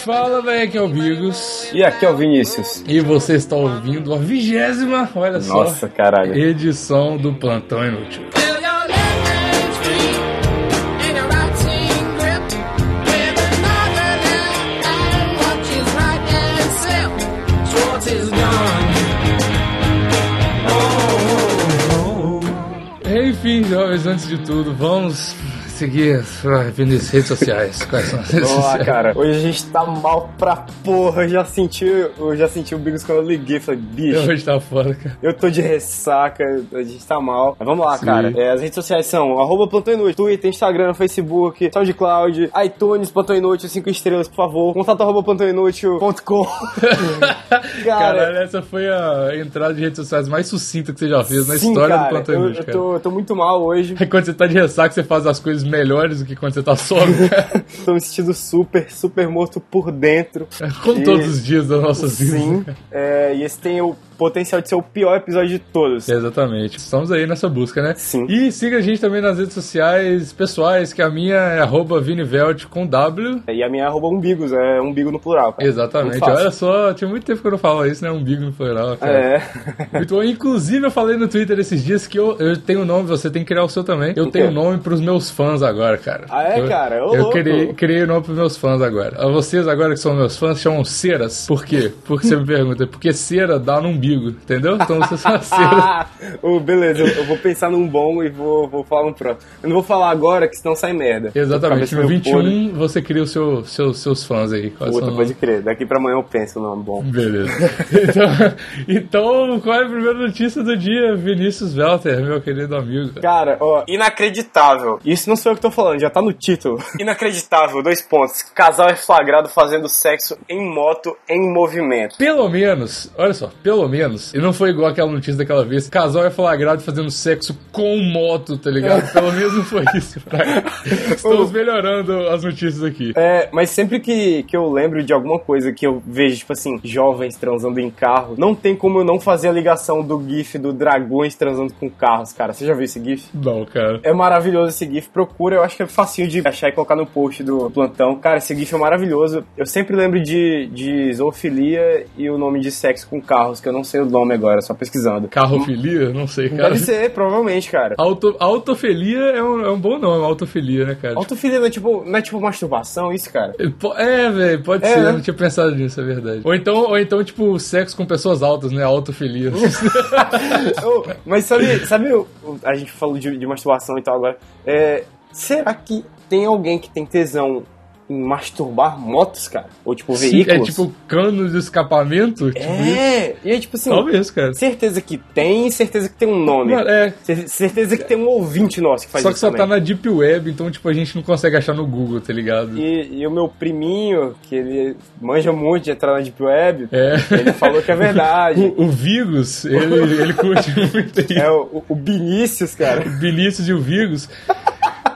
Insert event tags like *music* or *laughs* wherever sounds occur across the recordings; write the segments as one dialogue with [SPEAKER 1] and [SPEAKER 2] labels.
[SPEAKER 1] Fala, velho, aqui é o Bigos.
[SPEAKER 2] E aqui é o Vinícius.
[SPEAKER 1] E você está ouvindo a vigésima, olha só,
[SPEAKER 2] Nossa, caralho.
[SPEAKER 1] edição do Plantão Inútil. Enfim, jovens, antes de tudo, vamos seguir as Vinícius, redes sociais. Quais são as redes
[SPEAKER 2] Ó,
[SPEAKER 1] sociais?
[SPEAKER 2] cara, hoje a gente tá mal pra porra. Eu já senti, eu já senti o Bigos quando eu liguei. Falei,
[SPEAKER 1] Eu
[SPEAKER 2] bicho,
[SPEAKER 1] hoje tá fora, cara.
[SPEAKER 2] eu tô de ressaca, a gente tá mal. Mas vamos lá,
[SPEAKER 1] Sim.
[SPEAKER 2] cara. É, as redes sociais são arroba Plantão Inútil, Twitter, Instagram, Facebook, SoundCloud, iTunes, Plantão Inútil, 5 estrelas, por favor. Contato arroba
[SPEAKER 1] *laughs*
[SPEAKER 2] plantãoinútil.com.
[SPEAKER 1] Caralho, essa foi a entrada de redes sociais mais sucinta que você já fez na história do Plantão
[SPEAKER 2] eu,
[SPEAKER 1] Inútil,
[SPEAKER 2] eu
[SPEAKER 1] cara.
[SPEAKER 2] tô, eu tô muito mal hoje. *laughs*
[SPEAKER 1] É quando você tá de ressaca, você faz as coisas melhores do que quando você tá sóbrio.
[SPEAKER 2] *laughs*
[SPEAKER 1] cara.
[SPEAKER 2] tô me sentindo super, super morto por dentro.
[SPEAKER 1] Como
[SPEAKER 2] E-
[SPEAKER 1] todos os dias das nossas vidas.
[SPEAKER 2] Sim,
[SPEAKER 1] cara.
[SPEAKER 2] é, e esse tem o potencial de ser o pior episódio de todos.
[SPEAKER 1] É. Exatamente. Estamos aí nessa busca, né?
[SPEAKER 2] Sim.
[SPEAKER 1] E siga a gente também nas redes sociais pessoais, que a minha é arroba vinivelt com W.
[SPEAKER 2] E a minha é arroba umbigos, é umbigo no plural. Cara.
[SPEAKER 1] Exatamente.
[SPEAKER 2] Muito fácil.
[SPEAKER 1] Olha só, tinha muito tempo que eu não falava isso, né? Umbigo no plural, cara. *laughs*
[SPEAKER 2] É,
[SPEAKER 1] Muito bom. Inclusive, eu falei no Twitter esses dias que eu, eu tenho um nome, você tem que criar o seu também. Eu
[SPEAKER 2] O
[SPEAKER 1] tenho um
[SPEAKER 2] quê?
[SPEAKER 1] nome pros meus fãs agora, cara.
[SPEAKER 2] Ah, é,
[SPEAKER 1] eu,
[SPEAKER 2] cara? Ô,
[SPEAKER 1] eu
[SPEAKER 2] louco.
[SPEAKER 1] criei, criei o nome pros meus fãs agora. A vocês agora que são meus fãs chamam ceras. Por quê? Porque você me pergunta, é porque cera dá no umbigo, entendeu? Então vocês são
[SPEAKER 2] *laughs*
[SPEAKER 1] as ceras.
[SPEAKER 2] Ah, oh, beleza, eu, eu vou pensar num bom e vou, vou falar um próximo. Eu não vou falar agora, que senão sai merda.
[SPEAKER 1] Exatamente.
[SPEAKER 2] Cabeça
[SPEAKER 1] No
[SPEAKER 2] meio
[SPEAKER 1] 21
[SPEAKER 2] podre.
[SPEAKER 1] você cria os seu, seus- seus fãs aí. Quais são
[SPEAKER 2] Puta,
[SPEAKER 1] os
[SPEAKER 2] pode crer, daqui pra amanhã eu penso num nome bom. *laughs*
[SPEAKER 1] Beleza. Então, então, qual é a primeira notícia do dia? Vinícius Welter, meu querido amigo.
[SPEAKER 2] Cara, ó, inacreditável. Isso não sou eu que tô falando, já tá no título. *laughs* Inacreditável, dois pontos. Casal é flagrado fazendo sexo em moto em movimento.
[SPEAKER 1] Pelo menos, olha só, pelo menos, e não foi igual aquela notícia daquela vez, casal é flagrado fazendo sexo com moto, tá
[SPEAKER 2] *laughs*
[SPEAKER 1] ligado? Pelo menos não foi isso, Fraga. Estamos melhorando as notícias aqui.
[SPEAKER 2] É, mas sempre que, que eu lembro de alguma coisa que eu vejo, tipo assim, jovens transando em carro, não tem como eu não fazer a ligação do GIF do dragões transando com carros, cara. Você já viu esse GIF?
[SPEAKER 1] Não, cara.
[SPEAKER 2] É maravilhoso esse GIF, procura, eu acho que é facinho de achar e colocar no post do plantão. Cara, esse GIF é maravilhoso. Eu sempre lembro de, de zoofilia e o nome de sexo com carros, que eu não sei o nome agora, só pesquisando.
[SPEAKER 1] Carrofilia? Não sei, cara.
[SPEAKER 2] Deve ser, provavelmente, cara.
[SPEAKER 1] Auto, autofilia é um, é um bom nome, autofilia, né, cara?
[SPEAKER 2] Autofilia não é tipo, não é tipo masturbação, isso, cara?
[SPEAKER 1] Po- É, velho, pode
[SPEAKER 2] É,
[SPEAKER 1] ser, eu
[SPEAKER 2] né?
[SPEAKER 1] não tinha pensado nisso, é verdade. Ou então, ou então tipo, sexo com pessoas altas, né? Autofilia.
[SPEAKER 2] *laughs* Ô, Oh, mas sabe, sabe o- o- a gente falou de, de masturbação e tal agora. É, será que tem alguém que tem tesão em masturbar motos, cara? Ou tipo
[SPEAKER 1] é
[SPEAKER 2] veículos?
[SPEAKER 1] tipo cano de escapamento? Tipo isso.
[SPEAKER 2] É, e aí tipo assim,
[SPEAKER 1] Talvez, cara.
[SPEAKER 2] certeza que tem, certeza que tem um nome.
[SPEAKER 1] Mano, é,
[SPEAKER 2] Cer- Certeza que tem um ouvinte nosso que faz
[SPEAKER 1] só que
[SPEAKER 2] isso
[SPEAKER 1] só
[SPEAKER 2] também.
[SPEAKER 1] tá na Deep Web, então, tipo, a gente não consegue achar no Google, tá ligado?
[SPEAKER 2] E, e o meu priminho, que ele manja muito de entrar na Deep Web,
[SPEAKER 1] É.
[SPEAKER 2] ele falou que
[SPEAKER 1] *laughs*
[SPEAKER 2] é verdade.
[SPEAKER 1] O, o Vigos, ele, ele curte *laughs* muito isso.
[SPEAKER 2] é o, o Vinícius, cara.
[SPEAKER 1] Vinícius e o Vigos.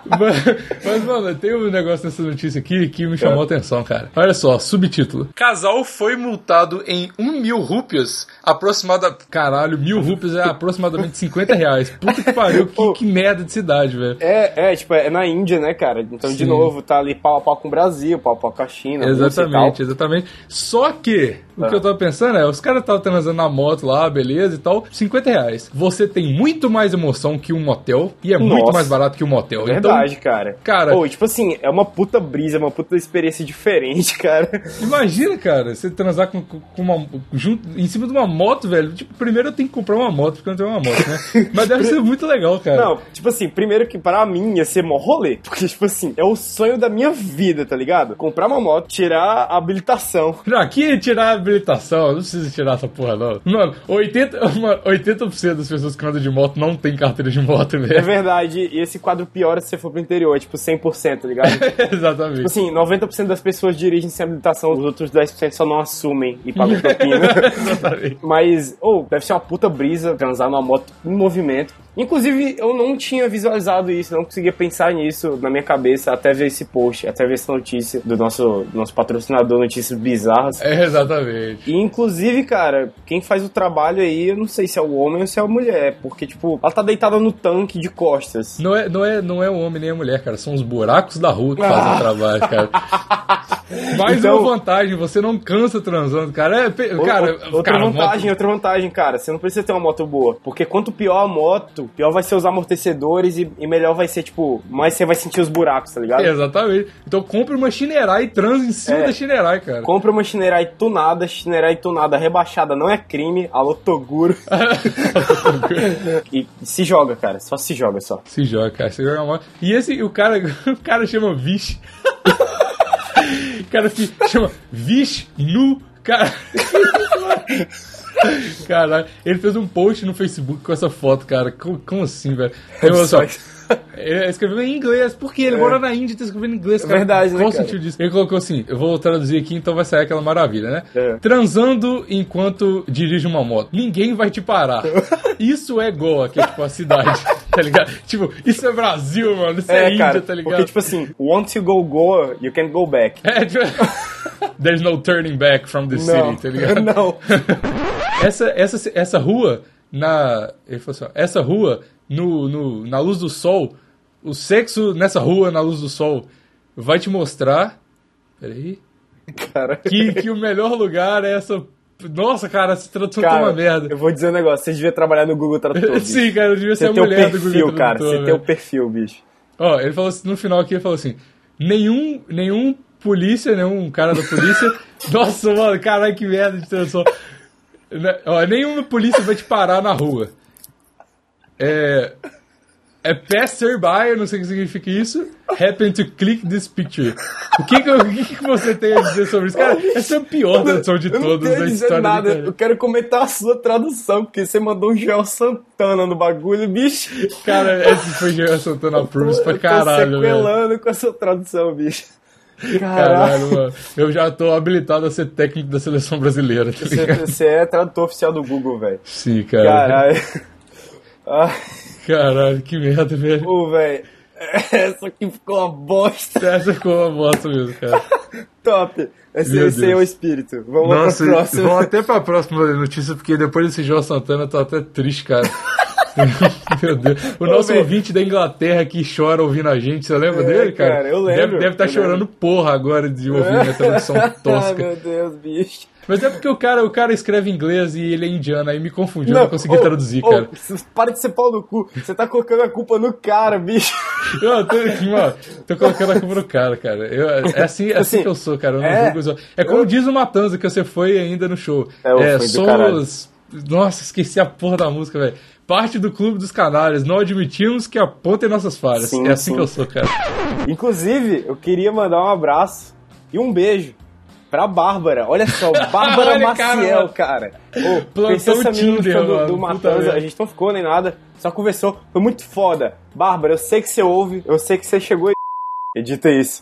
[SPEAKER 1] Mas, mas, mano, tem um negócio nessa notícia aqui que me chamou a atenção, cara. Olha só, subtítulo. Casal foi multado em 1 mil rúpias, aproximada... Caralho, mil rúpias é aproximadamente 50 reais. Puta que pariu, que, que merda de cidade, velho.
[SPEAKER 2] É, é, tipo, é na Índia, né, cara? Então, de
[SPEAKER 1] Sim.
[SPEAKER 2] novo, tá ali pau a pau com o Brasil, pau a pau com a China, Rússia e
[SPEAKER 1] Exatamente, exatamente. Só que, o
[SPEAKER 2] é Ah.
[SPEAKER 1] que eu tava pensando é, os caras estavam transando na moto lá, beleza e tal, 50 reais. Você tem muito mais emoção que um motel, e é muito
[SPEAKER 2] Nossa.
[SPEAKER 1] mais barato que um motel.
[SPEAKER 2] tal. Verdade, cara.
[SPEAKER 1] cara-
[SPEAKER 2] Ou, tipo assim, é uma puta brisa, é uma puta experiência diferente, *laughs* cara.
[SPEAKER 1] Então, imagina, cara, você transar com, com- com uma, junto, em cima de uma moto, velho. Tipo, primeiro eu tenho que comprar uma moto, porque eu não tenho uma moto,
[SPEAKER 2] *laughs*
[SPEAKER 1] né? Mas deve ser muito legal, cara.
[SPEAKER 2] Não, tipo assim, primeiro que pra mim ia ser mó rolê. *laughs* Porque, tipo assim, é o sonho da minha vida, tá ligado? Comprar uma moto, tirar a habilitação.
[SPEAKER 1] Não, Aqui é tirar a habilitação, não precisa tirar essa porra, não. Mano, 80%, *laughs* mano, 80% das pessoas que andam de moto não tem carteira de moto, né?
[SPEAKER 2] É
[SPEAKER 1] velho.
[SPEAKER 2] verdade, e esse quadro piora se você for pro interior, é tipo 100%, tá
[SPEAKER 1] *laughs*
[SPEAKER 2] ligado?
[SPEAKER 1] *laughs*
[SPEAKER 2] Tipo
[SPEAKER 1] Exatamente.
[SPEAKER 2] assim, 90% das pessoas dirigem sem habilitação, os outros 10% só não assumem e pagam propina.
[SPEAKER 1] *laughs* Exatamente.
[SPEAKER 2] Mas, ou, deve ser uma puta brisa transar numa moto em movimento. Inclusive, eu não tinha visualizado isso, não conseguia pensar nisso na minha cabeça até ver esse post, até ver essa notícia do nosso, do nosso patrocinador Notícias Bizarras.
[SPEAKER 1] É, exatamente.
[SPEAKER 2] E, inclusive, cara, quem faz o trabalho aí, eu não sei se é o homem ou se é a mulher, porque, tipo, ela tá deitada no tanque de costas. *laughs*
[SPEAKER 1] Não é, não, é, não é um homem nem a mulher, cara. São os buracos da rua que fazem o trabalho, cara. Mais
[SPEAKER 2] Ah. Então-
[SPEAKER 1] uma vantagem, você não cansa transando, cara. É, pe- cara,
[SPEAKER 2] Ou- outra
[SPEAKER 1] cara, moto-
[SPEAKER 2] vantagem, outra vantagem, cara. Você não precisa ter uma moto boa. Porque quanto pior a moto, pior vai ser os amortecedores e, e melhor vai ser, tipo, mais você vai sentir os buracos, tá ligado?
[SPEAKER 1] Exatamente. Então compra uma chinerai e transa em cima
[SPEAKER 2] É.
[SPEAKER 1] da chinerai, cara.
[SPEAKER 2] Compra uma Shinerai tunada, Shinerai tunada rebaixada não é crime,
[SPEAKER 1] *laughs*
[SPEAKER 2] alô Toguro. e se joga, cara, só se joga só.
[SPEAKER 1] Se joga, cara. Se joga mal. E esse, o cara, *laughs* o cara chama Vish. *laughs* o cara se chama Vish Nu. Cara. *laughs* Caralho, ele fez um post no Facebook com essa foto, cara. Como, como assim, velho? Ele falou
[SPEAKER 2] É
[SPEAKER 1] só. Ele escreveu em inglês, porque ele mora na Índia e tá escrevendo em inglês, cara.
[SPEAKER 2] Verdade, né,
[SPEAKER 1] Qual o
[SPEAKER 2] cara?
[SPEAKER 1] sentido disso? Ele colocou assim: eu vou traduzir aqui, então vai sair aquela maravilha, né?
[SPEAKER 2] É.
[SPEAKER 1] Transando enquanto dirige uma moto. Ninguém vai te parar.
[SPEAKER 2] *laughs*
[SPEAKER 1] Isso é Goa, que é tipo a cidade, tá ligado? Tipo, isso é Brasil, mano. Isso é,
[SPEAKER 2] É,
[SPEAKER 1] Índia,
[SPEAKER 2] cara,
[SPEAKER 1] tá ligado?
[SPEAKER 2] porque tipo assim, once you go go, you can go back.
[SPEAKER 1] É, tipo... *laughs* There's no turning back from the
[SPEAKER 2] Não,
[SPEAKER 1] city, tá ligado?
[SPEAKER 2] *laughs* não.
[SPEAKER 1] Essa, essa, essa rua, na. Ele falou assim, ó, essa rua, no, no, na luz do sol, o sexo nessa rua, na luz do sol, vai te mostrar. Peraí. *laughs*
[SPEAKER 2] Cara,
[SPEAKER 1] Que, que o melhor lugar é essa. Nossa, cara, essa tradução tá uma
[SPEAKER 2] cara
[SPEAKER 1] merda.
[SPEAKER 2] eu vou dizer um negócio, você devia trabalhar no Google
[SPEAKER 1] *laughs*
[SPEAKER 2] Tradutor. bicho.
[SPEAKER 1] Sim, cara, eu devia ser
[SPEAKER 2] Você
[SPEAKER 1] a
[SPEAKER 2] tem o
[SPEAKER 1] mulher do
[SPEAKER 2] perfil,
[SPEAKER 1] Google
[SPEAKER 2] cara,
[SPEAKER 1] Tradutor,
[SPEAKER 2] você tem
[SPEAKER 1] velho.
[SPEAKER 2] o perfil,
[SPEAKER 1] *laughs*
[SPEAKER 2] bicho.
[SPEAKER 1] Ó, ele falou assim, no final aqui, ele falou assim: nenhum, nenhum polícia, nenhum cara da polícia. *laughs* nossa, mano, caralho, que merda de tradução. Né, Ó, nenhuma polícia vai te parar na rua. É. É passerby, eu não sei o que significa isso. Happen to click this picture. O que, que, eu- o que que você tem a dizer sobre isso? Cara, essa é a pior tradução de
[SPEAKER 2] eu não
[SPEAKER 1] todas
[SPEAKER 2] quero
[SPEAKER 1] da
[SPEAKER 2] dizer
[SPEAKER 1] história. da
[SPEAKER 2] nada,
[SPEAKER 1] internet.
[SPEAKER 2] eu quero comentar a sua tradução, porque você mandou um Joel Santana no bagulho, bicho.
[SPEAKER 1] Cara, esse foi Joel Santana Proves pra
[SPEAKER 2] Eu tô
[SPEAKER 1] caralho, né? velho.
[SPEAKER 2] sequelando com essa tradução, bicho.
[SPEAKER 1] Caralho,
[SPEAKER 2] Caralho.
[SPEAKER 1] mano. Eu já tô habilitado a ser técnico da seleção brasileira, tá
[SPEAKER 2] Você,
[SPEAKER 1] ligado?
[SPEAKER 2] você é tradutor oficial do Google, velho.
[SPEAKER 1] Sim, cara. Caralho.
[SPEAKER 2] Caralho. Ah,
[SPEAKER 1] que merda, velho.
[SPEAKER 2] pô, velho. Essa aqui ficou uma bosta.
[SPEAKER 1] Essa ficou uma bosta mesmo, cara.
[SPEAKER 2] Top. Esse,
[SPEAKER 1] Meu
[SPEAKER 2] esse aí é o
[SPEAKER 1] Deus.
[SPEAKER 2] espírito. Vamos lá pra próxima.
[SPEAKER 1] vamos até pra próxima notícia, porque depois desse João Santana eu tô até triste, cara. *laughs* Meu Deus. O nosso
[SPEAKER 2] velho.
[SPEAKER 1] ouvinte da Inglaterra que chora ouvindo a gente, você lembra
[SPEAKER 2] É,
[SPEAKER 1] dele, cara?
[SPEAKER 2] cara, eu
[SPEAKER 1] Deve
[SPEAKER 2] lembro,
[SPEAKER 1] estar
[SPEAKER 2] eu
[SPEAKER 1] chorando porra agora de ouvir a
[SPEAKER 2] *laughs*
[SPEAKER 1] tradução
[SPEAKER 2] Ah,
[SPEAKER 1] tosca.
[SPEAKER 2] meu Deus, bicho.
[SPEAKER 1] Mas é porque o cara, o cara escreve inglês e ele é indiano, aí me confundiu, eu não consegui
[SPEAKER 2] ô,
[SPEAKER 1] traduzir,
[SPEAKER 2] ô,
[SPEAKER 1] cara.
[SPEAKER 2] Para de ser pau no cu. Você tá colocando a culpa no cara, bicho.
[SPEAKER 1] Eu tô, mano, tô colocando a culpa no cara, cara. Eu- é assim, é assim
[SPEAKER 2] Assim,
[SPEAKER 1] que eu sou, cara. Eu não
[SPEAKER 2] é.
[SPEAKER 1] julgo os outros. É como diz o Matanza que você foi ainda no show.
[SPEAKER 2] É, eu fui do caralho.
[SPEAKER 1] somos. Nossa, esqueci a porra da música, velho. Parte do clube dos canalhas. Não admitimos que apontem nossas falhas.
[SPEAKER 2] Sim,
[SPEAKER 1] é assim
[SPEAKER 2] sim.
[SPEAKER 1] que eu sou, cara.
[SPEAKER 2] Inclusive, eu queria mandar um abraço e um beijo pra Bárbara. Olha
[SPEAKER 1] *laughs*
[SPEAKER 2] só, Bárbara
[SPEAKER 1] Olha, cara,
[SPEAKER 2] Maciel,
[SPEAKER 1] mano.
[SPEAKER 2] cara. Ô,
[SPEAKER 1] Plantou
[SPEAKER 2] conheci essa menina
[SPEAKER 1] Tinder,
[SPEAKER 2] do-
[SPEAKER 1] mano.
[SPEAKER 2] do,
[SPEAKER 1] Puta
[SPEAKER 2] Matanza,
[SPEAKER 1] merda.
[SPEAKER 2] a gente não ficou nem nada, só conversou, foi muito foda. Bárbara, eu sei que você ouve, eu sei que você chegou e... *laughs* Edita isso.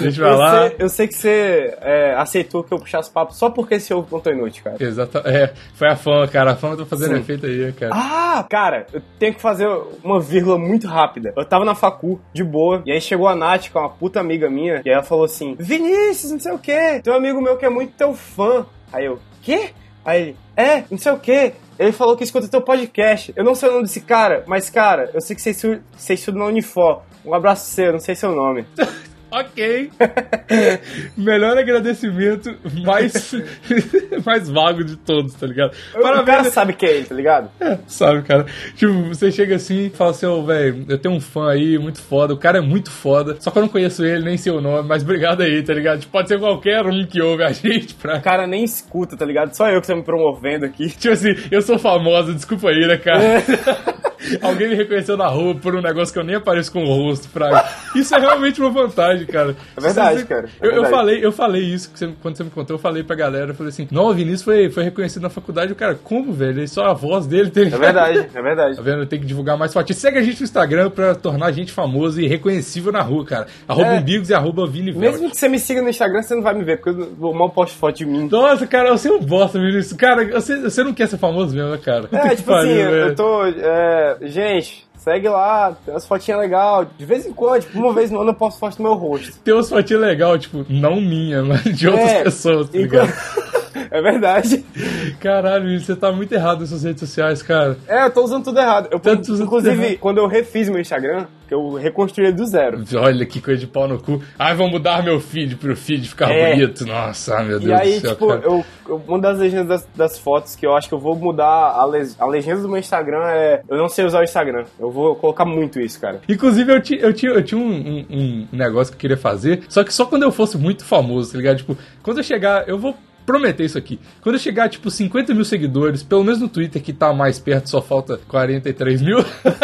[SPEAKER 1] Deixa eu
[SPEAKER 2] Eu
[SPEAKER 1] lá.
[SPEAKER 2] sei, eu sei que você é, aceitou que eu puxasse papo só porque você ouve Ponto Inútil, cara.
[SPEAKER 1] Exata, é, foi a fama, cara. A fama tá fazendo
[SPEAKER 2] Sim.
[SPEAKER 1] efeito aí, cara.
[SPEAKER 2] Ah, cara, eu tenho que fazer uma vírgula muito rápida. Eu tava na facu, de boa, e aí chegou a Nath, que é uma puta amiga minha, e aí ela falou assim: Vinícius, não sei o quê, tem um amigo meu que é muito teu fã. Aí eu, quê? Aí ele, é, não sei o quê. Ele falou que escuta teu podcast. Eu não sei o nome desse cara, mas, cara, eu sei que você estu- você estuda na Unifor. Um abraço seu, eu não sei seu nome.
[SPEAKER 1] Ok. *laughs* Melhor agradecimento, mais, *laughs* mais vago de todos, tá ligado?
[SPEAKER 2] o cara sabe quem é ele, tá ligado?
[SPEAKER 1] Sabe, cara? Tipo, você chega assim e fala assim, ô, velho, eu tenho um fã aí, muito foda, o cara é muito foda, só que eu não conheço ele, nem sei o nome, mas obrigado aí, tá ligado? Tipo, pode ser qualquer um que ouve a *laughs* gente pra
[SPEAKER 2] O cara nem escuta, tá ligado? Só eu que tô me promovendo aqui.
[SPEAKER 1] Tipo assim, eu sou famosa, desculpa aí, né, cara?
[SPEAKER 2] É.
[SPEAKER 1] *laughs* Alguém me reconheceu na rua por um negócio que eu nem apareço com o rosto, Fraga. Isso é realmente uma vantagem, cara.
[SPEAKER 2] É verdade,
[SPEAKER 1] Você-
[SPEAKER 2] cara, é
[SPEAKER 1] eu, eu
[SPEAKER 2] verdade.
[SPEAKER 1] falei, eu falei isso que você- quando você me contou, eu falei pra galera, eu falei assim, não, o Vinícius foi, foi reconhecido na faculdade, o cara, como, velho? Ele Só a voz dele tem.
[SPEAKER 2] É verdade, é verdade.
[SPEAKER 1] Tá vendo? Tem que divulgar mais fotos. Segue a gente no Instagram pra tornar a gente famoso e reconhecível na rua, cara. Arroba
[SPEAKER 2] É.
[SPEAKER 1] umbigos e arroba Vini Velt.
[SPEAKER 2] Mesmo que você me siga no Instagram, você não vai me ver, porque eu não- eu mal posto foto de mim.
[SPEAKER 1] Nossa, cara, você é um bosta, Vinícius. Cara, você, você não quer ser famoso mesmo, né, cara? Puta
[SPEAKER 2] É,
[SPEAKER 1] que
[SPEAKER 2] tipo
[SPEAKER 1] pariu,
[SPEAKER 2] assim, eu-
[SPEAKER 1] velho.
[SPEAKER 2] eu tô. é, gente, segue lá, tem umas fotinhas legais. De vez em quando, tipo, uma vez no ano eu posto foto do meu rosto.
[SPEAKER 1] Tem umas fotinhas legais, tipo, não minha, mas de outras
[SPEAKER 2] É, então-
[SPEAKER 1] pessoas, tá
[SPEAKER 2] Inclu-
[SPEAKER 1] ligado?
[SPEAKER 2] *laughs* É verdade.
[SPEAKER 1] *laughs* Caralho, William, você tá muito errado nessas redes sociais, cara.
[SPEAKER 2] É, eu tô usando tudo errado. Eu,
[SPEAKER 1] Tá usando
[SPEAKER 2] inclusive,
[SPEAKER 1] tudo errado.
[SPEAKER 2] quando eu refiz meu Instagram, que eu reconstruí do zero.
[SPEAKER 1] Olha que coisa de pau no cu. Ai, vou mudar meu feed pro feed ficar
[SPEAKER 2] É.
[SPEAKER 1] bonito. Nossa, ai, meu Deus
[SPEAKER 2] e aí,
[SPEAKER 1] do céu.
[SPEAKER 2] tipo,
[SPEAKER 1] cara.
[SPEAKER 2] eu, eu- uma das legendas das, das fotos que eu acho que eu vou mudar, a, le- a legenda do meu Instagram é eu não sei usar o Instagram. Eu vou colocar muito isso, cara.
[SPEAKER 1] Inclusive, eu, ti- eu tinha, eu tinha um, um- um negócio que eu queria fazer, só que só quando eu fosse muito famoso, tá ligado? Tipo, quando eu chegar, eu vou prometer isso aqui. Quando eu chegar, tipo, 50 mil seguidores, pelo menos no Twitter que tá mais perto, só falta 43 mil. *laughs*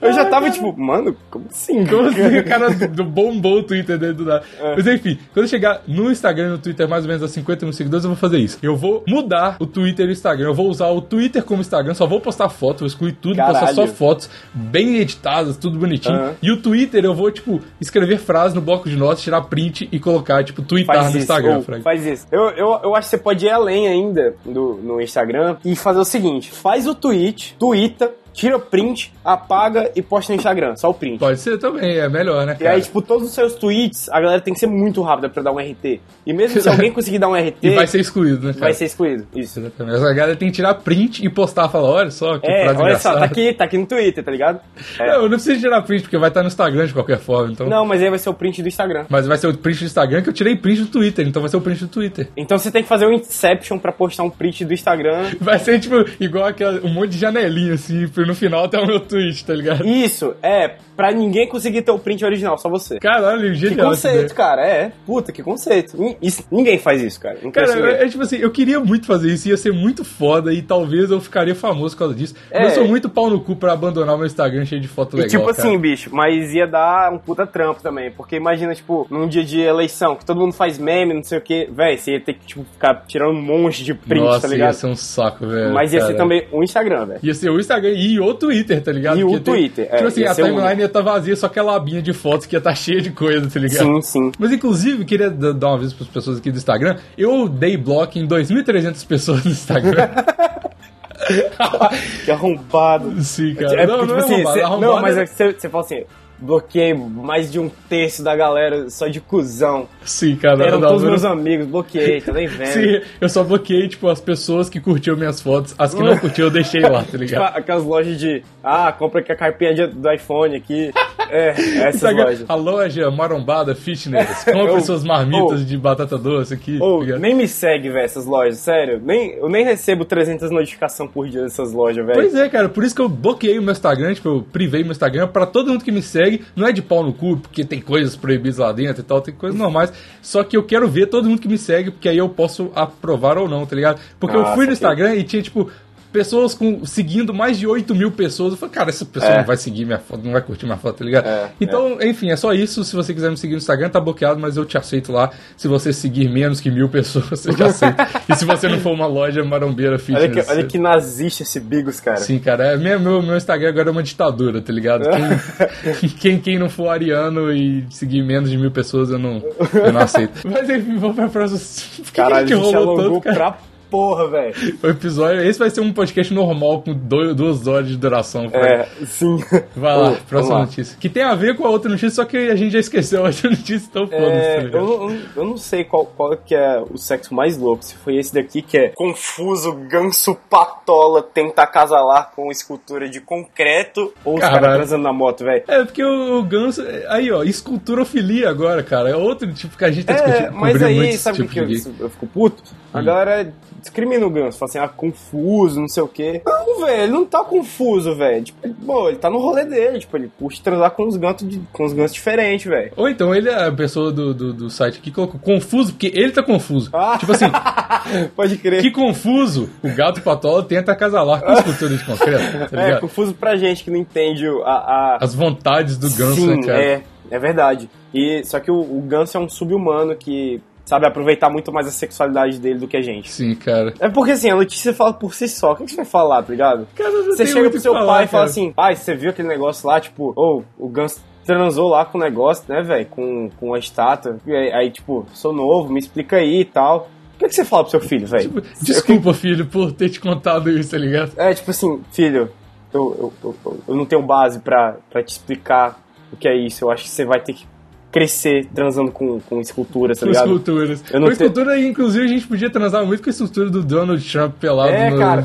[SPEAKER 2] Eu já tava tipo, mano, como assim?
[SPEAKER 1] Ah, Como assim *laughs* o cara do bombou o Twitter dele do nada?
[SPEAKER 2] É.
[SPEAKER 1] Mas enfim, quando eu chegar no Instagram e no Twitter mais ou menos a 50 mil seguidores, eu vou fazer isso. Eu vou mudar o Twitter e o Instagram. Eu vou usar o Twitter como Instagram, só vou postar foto, vou excluir tudo,
[SPEAKER 2] Caralho.
[SPEAKER 1] postar só fotos bem editadas, tudo bonitinho.
[SPEAKER 2] Aham.
[SPEAKER 1] E o Twitter eu vou, tipo, escrever frases no bloco de notas, tirar print e colocar, tipo, twittar
[SPEAKER 2] Faz
[SPEAKER 1] no
[SPEAKER 2] isso,
[SPEAKER 1] Instagram.
[SPEAKER 2] ou
[SPEAKER 1] Frank.
[SPEAKER 2] faz isso. Eu, eu, eu acho que você pode ir além ainda do, no Instagram e fazer o seguinte: faz o tweet, twita, tira print, apaga e posta no Instagram, só o print.
[SPEAKER 1] Pode ser também, é melhor, né?
[SPEAKER 2] E aí,
[SPEAKER 1] cara?
[SPEAKER 2] tipo, todos os seus tweets, a galera tem que ser muito rápida pra dar um RT. E mesmo
[SPEAKER 1] *laughs*
[SPEAKER 2] se alguém conseguir dar um RT,
[SPEAKER 1] E vai ser excluído, né? Cara?
[SPEAKER 2] vai ser excluído. Isso.
[SPEAKER 1] Exatamente. Essa galera tem que tirar print e postar, falar, olha só, que frase
[SPEAKER 2] É, olha só,
[SPEAKER 1] engraçada.
[SPEAKER 2] tá aqui, tá aqui no Twitter, tá ligado? É.
[SPEAKER 1] Não, eu não preciso tirar print, porque vai estar no Instagram de qualquer forma, então.
[SPEAKER 2] Não, mas aí vai ser o print do Instagram.
[SPEAKER 1] Mas vai ser o print do Instagram que eu tirei print do Twitter, então vai ser o print do Twitter.
[SPEAKER 2] Então você tem que fazer um Inception pra postar um print do Instagram.
[SPEAKER 1] Vai ser, tipo, igual aquela, um monte de janelinha, assim, pro- no final até o meu tweet, tá ligado?
[SPEAKER 2] Isso, é, pra ninguém conseguir ter o print original, só você.
[SPEAKER 1] Caralho,
[SPEAKER 2] Que
[SPEAKER 1] genial. essa ideia.
[SPEAKER 2] conceito, cara, é. Puta, que conceito. Nin- isso- ninguém faz isso, cara. Não
[SPEAKER 1] Cara,
[SPEAKER 2] conheço ninguém.
[SPEAKER 1] é, é tipo assim, eu queria muito fazer isso, ia ser muito foda e talvez eu ficaria famoso por causa disso.
[SPEAKER 2] É.
[SPEAKER 1] Eu sou muito pau no cu pra abandonar meu Instagram cheio de foto
[SPEAKER 2] E
[SPEAKER 1] legal.
[SPEAKER 2] tipo
[SPEAKER 1] cara.
[SPEAKER 2] assim, bicho, mas ia dar um puta trampo também. Porque imagina, tipo, num dia de eleição, que todo mundo faz meme, não sei o quê. Véi, você ia ter que, tipo, ficar tirando um monte de print,
[SPEAKER 1] Nossa,
[SPEAKER 2] tá ligado?
[SPEAKER 1] ia ser um saco, velho.
[SPEAKER 2] mas ia ser
[SPEAKER 1] cara.
[SPEAKER 2] também um Instagram, velho.
[SPEAKER 1] Ia ser o Instagram e o Twitter, tá ligado?
[SPEAKER 2] E
[SPEAKER 1] Porque
[SPEAKER 2] o
[SPEAKER 1] tem-
[SPEAKER 2] Twitter, é,
[SPEAKER 1] Tipo assim,
[SPEAKER 2] ia
[SPEAKER 1] a
[SPEAKER 2] ser o
[SPEAKER 1] timeline
[SPEAKER 2] único.
[SPEAKER 1] ia estar vazia, só que a labinha de fotos que ia estar cheia de coisa, tá *laughs* ligado?
[SPEAKER 2] Sim, sim.
[SPEAKER 1] Mas inclusive, queria da- dar um aviso para as pessoas aqui do Instagram. Eu dei bloco em 2.300 pessoas no Instagram.
[SPEAKER 2] *laughs* Que arrombado.
[SPEAKER 1] Sim, cara.
[SPEAKER 2] É
[SPEAKER 1] não,
[SPEAKER 2] porque,
[SPEAKER 1] não
[SPEAKER 2] tipo
[SPEAKER 1] é
[SPEAKER 2] assim,
[SPEAKER 1] arrombado.
[SPEAKER 2] cê-
[SPEAKER 1] Arrombado
[SPEAKER 2] não, mas
[SPEAKER 1] é-
[SPEAKER 2] é que você, você fala assim, bloqueei mais de um terço da galera só de cuzão.
[SPEAKER 1] Sim, cara.
[SPEAKER 2] Eram
[SPEAKER 1] não,
[SPEAKER 2] todos
[SPEAKER 1] não-
[SPEAKER 2] meus amigos, bloqueei, tá nem vendo.
[SPEAKER 1] *laughs* Sim, eu só bloqueei, tipo, as pessoas que curtiam minhas fotos. As que
[SPEAKER 2] *laughs*
[SPEAKER 1] não curtiam, eu deixei lá, tá
[SPEAKER 2] Tipo,
[SPEAKER 1] ligado?
[SPEAKER 2] aquelas lojas de. Ah, compra aqui a carpinha de- do iPhone aqui.
[SPEAKER 1] *laughs*
[SPEAKER 2] É, essas
[SPEAKER 1] *laughs* Instagram,
[SPEAKER 2] lojas.
[SPEAKER 1] a loja marombada fitness, compre
[SPEAKER 2] Ou-
[SPEAKER 1] suas marmitas
[SPEAKER 2] ou-
[SPEAKER 1] de batata doce aqui. tá
[SPEAKER 2] Ou,
[SPEAKER 1] ligado?
[SPEAKER 2] nem me segue, velho, essas lojas, sério. Nem, eu nem recebo 300 notificações por dia dessas lojas, velho.
[SPEAKER 1] Pois é, cara, por isso que eu bloqueei o meu Instagram, tipo, eu privei meu Instagram pra todo mundo que me segue. Não é de pau no cu, porque tem coisas proibidas lá dentro e tal, tem coisas normais. Só que eu quero ver todo mundo que me segue, porque aí eu posso aprovar ou não, tá ligado? Porque eu
[SPEAKER 2] Ah,
[SPEAKER 1] fui no
[SPEAKER 2] saquei.
[SPEAKER 1] Instagram e tinha, tipo, pessoas com, seguindo mais de 8 mil pessoas. Eu falei, cara, essa pessoa
[SPEAKER 2] É.
[SPEAKER 1] não vai seguir minha foto, não vai curtir minha foto, tá ligado?
[SPEAKER 2] É,
[SPEAKER 1] então, enfim, é só isso. Se você quiser me seguir no Instagram, tá bloqueado, mas eu te aceito lá. Se você seguir menos que mil pessoas, *laughs* eu te aceito. e se você não for uma loja marombeira
[SPEAKER 2] Olha
[SPEAKER 1] fitness...
[SPEAKER 2] que, olha que nazista esse Bigos, cara.
[SPEAKER 1] é, Sim, cara. É, meu, meu, meu Instagram agora é uma ditadura, tá ligado? *laughs* Quem, quem, quem não for ariano e seguir menos de mil pessoas, eu não, eu não aceito. *laughs* Mas enfim, vamos pra próxima. Por que
[SPEAKER 2] Caralho, é a gente, alongou
[SPEAKER 1] cara?
[SPEAKER 2] pra porra, velho.
[SPEAKER 1] O episódio. Esse vai ser um podcast normal com dois, duas horas de duração. cara.
[SPEAKER 2] É, sim.
[SPEAKER 1] Vai lá,
[SPEAKER 2] Ô, vamos
[SPEAKER 1] próxima notícia. Que tem a ver com a outra notícia, só que a gente já esqueceu a outra *laughs* notícia, então foda-se. tá
[SPEAKER 2] É, eu,
[SPEAKER 1] ligado?
[SPEAKER 2] não- eu não sei qual, qual que é o sexo mais louco. Se foi esse daqui que é confuso, ganso patola tenta acasalar com escultura de concreto ou os
[SPEAKER 1] Caralho.
[SPEAKER 2] caras transando na moto, velho.
[SPEAKER 1] É, porque o Ganso. Aí, ó, esculturofilia agora, cara. É outro tipo que a gente tá
[SPEAKER 2] É,
[SPEAKER 1] discutindo.
[SPEAKER 2] mas
[SPEAKER 1] cobrindo muito
[SPEAKER 2] aí,
[SPEAKER 1] esse
[SPEAKER 2] sabe o
[SPEAKER 1] tipo
[SPEAKER 2] que eu,
[SPEAKER 1] de gay.
[SPEAKER 2] eu fico puto? A
[SPEAKER 1] Hum.
[SPEAKER 2] galera discrimina o Ganso, fala assim, ah, confuso, não sei o quê. Não, velho, ele não tá confuso, velho. Tipo, ele- pô, ele tá no rolê dele, tipo, ele curte transar com os gansos, de- com os gansos diferentes, velho.
[SPEAKER 1] Ou então ele é a pessoa do, do, do site que colocou confuso, porque ele tá confuso.
[SPEAKER 2] Ah.
[SPEAKER 1] Tipo assim,
[SPEAKER 2] *laughs* Pode crer.
[SPEAKER 1] que confuso o gato patola tenta acasalar com a escultura de concreto, tá
[SPEAKER 2] é,
[SPEAKER 1] ligado?
[SPEAKER 2] confuso pra gente que não entende o- a... a-
[SPEAKER 1] As vontades do ganso,
[SPEAKER 2] Sim,
[SPEAKER 1] né, cara?
[SPEAKER 2] é, é verdade. E, só que o, o ganso é um sub-humano que sabe aproveitar muito mais a sexualidade dele do que a gente.
[SPEAKER 1] Sim, cara.
[SPEAKER 2] É porque assim, a notícia fala por si só. O que que você vai falar, tá ligado?
[SPEAKER 1] Cara, não
[SPEAKER 2] Você
[SPEAKER 1] tem
[SPEAKER 2] chega
[SPEAKER 1] muito
[SPEAKER 2] pro
[SPEAKER 1] o
[SPEAKER 2] seu
[SPEAKER 1] que falar,
[SPEAKER 2] pai e fala
[SPEAKER 1] cara.
[SPEAKER 2] assim: ai, você viu aquele negócio lá, tipo, ou o Gans transou lá com o negócio, né, velho? Com, com a estátua. E aí, aí, tipo, sou novo, me explica aí e tal. O que, que você fala pro seu filho, velho?
[SPEAKER 1] Tipo, desculpa, filho, por ter te contado isso, tá ligado?
[SPEAKER 2] É, tipo assim, filho, eu, eu, eu, eu não tenho base pra, pra te explicar o que é isso. Eu acho que você vai ter que crescer transando com, com esculturas, tá
[SPEAKER 1] Com
[SPEAKER 2] ligado?
[SPEAKER 1] esculturas.
[SPEAKER 2] Eu não
[SPEAKER 1] Com
[SPEAKER 2] sei-
[SPEAKER 1] escultura, inclusive, a gente podia transar muito com a escultura do Donald Trump pelado
[SPEAKER 2] É,
[SPEAKER 1] no...
[SPEAKER 2] cara.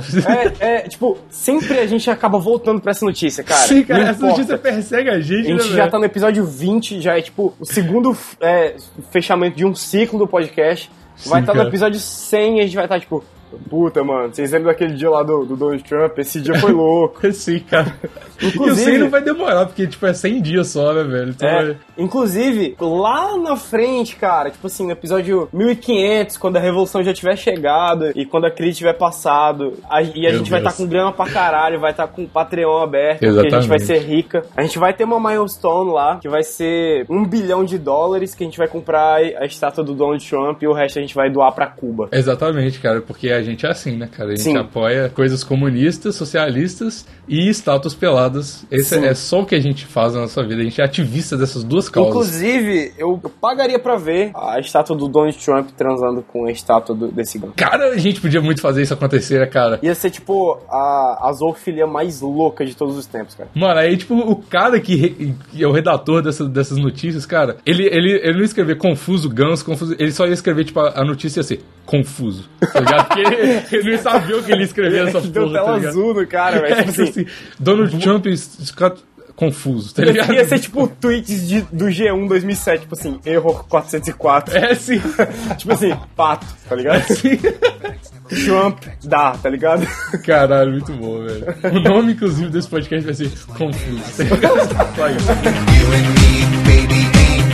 [SPEAKER 2] É, é, tipo, sempre a gente acaba voltando pra essa notícia, cara.
[SPEAKER 1] *laughs* Sim, cara,
[SPEAKER 2] Não
[SPEAKER 1] essa
[SPEAKER 2] importa.
[SPEAKER 1] notícia persegue a gente,
[SPEAKER 2] A
[SPEAKER 1] né,
[SPEAKER 2] gente já
[SPEAKER 1] velho?
[SPEAKER 2] tá no episódio 20, já é tipo o segundo é, fechamento de um ciclo do podcast.
[SPEAKER 1] Sim,
[SPEAKER 2] vai estar tá
[SPEAKER 1] cara.
[SPEAKER 2] no episódio 100 e a gente vai estar tipo, puta, mano, vocês lembram daquele dia lá do, do Donald Trump? Esse dia
[SPEAKER 1] *laughs*
[SPEAKER 2] foi louco.
[SPEAKER 1] Sim, cara. E o
[SPEAKER 2] tá Inclusive-
[SPEAKER 1] 100 não vai demorar, porque, tipo, é 100 dias só, né, velho? Então,
[SPEAKER 2] É, inclusive, lá na frente, cara, tipo assim, no episódio 1500, quando a revolução já tiver chegado e quando a crise tiver passado, a- e a
[SPEAKER 1] Meu
[SPEAKER 2] gente vai estar
[SPEAKER 1] Deus.
[SPEAKER 2] com grana pra caralho, vai estar com o Patreon aberto, porque a gente
[SPEAKER 1] Exatamente.
[SPEAKER 2] vai ser rica. A gente vai ter uma milestone lá, que vai ser um bilhão de dólares, que a gente vai comprar a estátua do Donald Trump e o resto a gente vai doar pra Cuba.
[SPEAKER 1] Exatamente, cara, porque a gente é assim, né, cara? A gente
[SPEAKER 2] Sim.
[SPEAKER 1] apoia coisas comunistas, socialistas e estátuas peladas. Esse
[SPEAKER 2] Sim.
[SPEAKER 1] é só o que a gente faz na nossa vida. A gente é ativista dessas duas causas.
[SPEAKER 2] Inclusive, eu, eu pagaria pra ver a estátua do Donald Trump transando com a estátua do- desse gano.
[SPEAKER 1] Cara, a gente podia muito fazer isso acontecer, né, cara?
[SPEAKER 2] Ia ser, tipo, a, a zoofilia mais louca de todos os tempos, cara.
[SPEAKER 1] Mano, aí, tipo, o cara que, re- que é o redator dessa- dessas notícias, cara, ele, ele, ele não ia escrever confuso, ganso, confuso. Ele só ia escrever, tipo, a, a notícia ia ser confuso. Tá ligado? Porque ele, ele não sabia o que ele escrevia nessa
[SPEAKER 2] *laughs* Deu
[SPEAKER 1] porra,
[SPEAKER 2] tela
[SPEAKER 1] tá ligado?
[SPEAKER 2] azul no cara, velho.
[SPEAKER 1] É,
[SPEAKER 2] Tipo
[SPEAKER 1] tipo
[SPEAKER 2] assim,
[SPEAKER 1] assim, Donald Trump Scott, confuso, tá ligado?
[SPEAKER 2] ia ser, tipo, tweets de- do G1 2007, tipo assim, erro 404.
[SPEAKER 1] É, sim.
[SPEAKER 2] Tipo assim, pato,
[SPEAKER 1] *laughs*
[SPEAKER 2] tá ligado? Trump, dá, tá ligado?
[SPEAKER 1] Caralho, muito bom, velho. O nome, inclusive, desse podcast vai ser Confuso. tá ligado? Só isso.
[SPEAKER 3] You and me, baby, ain't